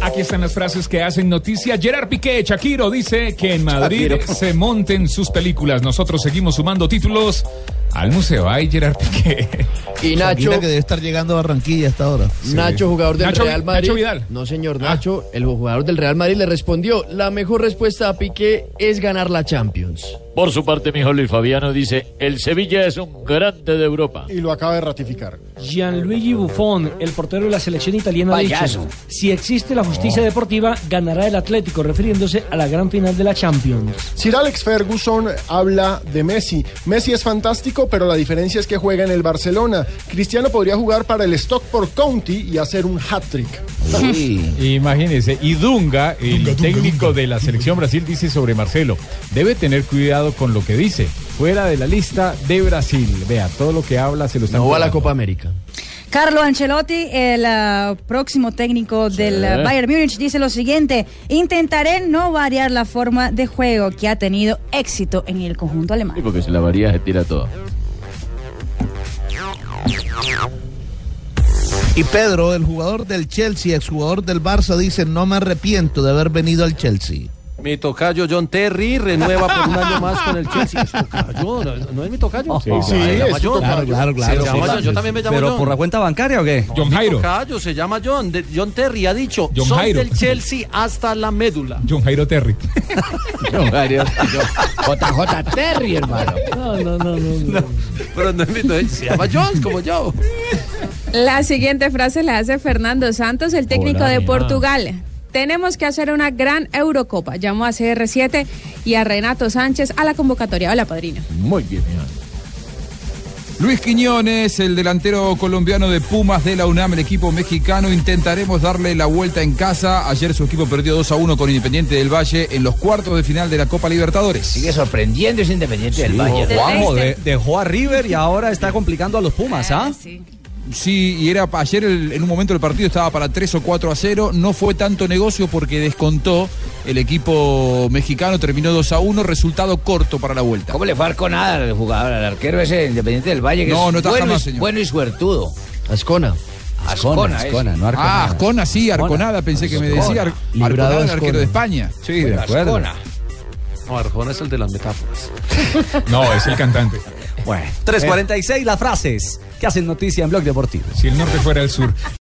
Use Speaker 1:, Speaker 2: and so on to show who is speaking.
Speaker 1: Aquí están las frases que hacen noticia. Gerard Piqué, Shakiro, dice que en Madrid
Speaker 2: Shakiro.
Speaker 1: se monten sus películas. Nosotros seguimos sumando títulos al museo. Ay, Gerard Piqué.
Speaker 3: Y Nacho,
Speaker 2: Shakira que debe estar llegando a Barranquilla hasta ahora.
Speaker 3: Nacho, jugador del
Speaker 1: Nacho-
Speaker 3: Real Madrid.
Speaker 1: Nacho Vidal.
Speaker 3: No, señor
Speaker 1: Ah.
Speaker 3: Nacho, el jugador del Real Madrid le respondió, la mejor respuesta a Piqué es ganar la Champions.
Speaker 4: Por su parte, mi hijo Luis Fabiano dice, el Sevilla es un grande de Europa.
Speaker 5: Y lo acaba de ratificar.
Speaker 6: Gianluigi Buffon, el portero de la selección italiana, ha
Speaker 4: Payaso.
Speaker 6: dicho, si existe la justicia deportiva, ganará el Atlético, refiriéndose a la gran final de la Champions.
Speaker 5: Sir Alex Ferguson habla de Messi. Messi es fantástico, pero la diferencia es que juega en el Barcelona. Cristiano podría jugar para el Stockport County y hacer un hat-trick.
Speaker 2: Sí.
Speaker 7: Imagínense, y Dunga, el técnico de la selección Brasil, dice sobre Marcelo, debe tener cuidado con lo que dice, fuera de la lista de Brasil. Vea, todo lo que habla se lo están
Speaker 3: No va a la
Speaker 7: cobrando.
Speaker 3: Copa América.
Speaker 8: Carlo Ancelotti, el ah, próximo técnico del ah, Bayern Múnich, dice lo siguiente: Intentaré no variar la forma de juego que ha tenido éxito en el
Speaker 4: Sí,
Speaker 8: conjunto alemán.
Speaker 4: porque se la varía, se tira todo.
Speaker 2: Y Pedro, el jugador del Chelsea, exjugador del Barça, dice, no me arrepiento de haber venido al Chelsea.
Speaker 9: Mi tocayo John Terry renueva por un año más con el Chelsea. Es tocayo, no, no es mi tocayo.
Speaker 7: Sí,
Speaker 5: Sí,
Speaker 7: claro.
Speaker 5: es
Speaker 9: Mayor.
Speaker 5: un
Speaker 2: Claro,
Speaker 5: tocayo.
Speaker 2: claro,
Speaker 9: Se
Speaker 2: claro.
Speaker 9: llama John, yo también me llamo
Speaker 10: ¿Pero
Speaker 9: John.
Speaker 10: por la cuenta bancaria o qué?
Speaker 1: John Jairo.
Speaker 9: Tocayo, se llama John. De- John Terry ha dicho,
Speaker 1: John
Speaker 9: soy
Speaker 1: Jairo.
Speaker 9: del Chelsea hasta la médula.
Speaker 1: John Jairo Terry.
Speaker 3: JJ Terry, hermano.
Speaker 6: No, no, no, no. no.
Speaker 9: Pero no es mi tocayo, se llama John, como yo.
Speaker 11: La siguiente frase la hace Fernando Santos, el técnico
Speaker 4: Hola,
Speaker 11: de
Speaker 4: mi
Speaker 11: Portugal. Tenemos que hacer una gran Eurocopa. Llamó a CR7 y a Renato Sánchez a la convocatoria. Hola, padrino.
Speaker 4: Muy bien, mi hijo.
Speaker 10: Luis Quiñones, el delantero colombiano de Pumas de la UNAM, el equipo mexicano. Intentaremos darle la vuelta en casa. Ayer su equipo perdió 2 a 1 con Independiente del Valle en los cuartos de final de la Copa Libertadores.
Speaker 3: sorprendiendo ese Independiente del Bayern.
Speaker 10: Juanjo,
Speaker 11: Leicester.
Speaker 10: de- dejó a River y ahora está complicando a los Pumas, ¿ah?
Speaker 11: Sí.
Speaker 10: Sí, y era ayer el- en un momento el partido estaba para 3 o 4 a 0. No fue tanto negocio porque descontó el equipo mexicano, terminó 2 a 1, resultado corto para la vuelta.
Speaker 3: le fue Arconada al jugador, al arquero ese Independiente del Valle?
Speaker 10: que No, es no está bueno jamás, y- señor.
Speaker 3: y suertudo. Ascona.
Speaker 10: Ascona,
Speaker 3: Ascona,
Speaker 10: no Ah, Ascona, sí, Arconada, pensé que me decía. Ar-
Speaker 3: Librado
Speaker 10: Arconada, el
Speaker 3: Ascona.
Speaker 10: arquero de España. Ah, Sí, de acuerdo.
Speaker 9: No, Arjona es el de las metáforas.
Speaker 1: No, es el cantante.
Speaker 10: Bueno, 3.46 las frases que hacen noticia en Blog Deportivo.
Speaker 1: Si el norte fuera el sur.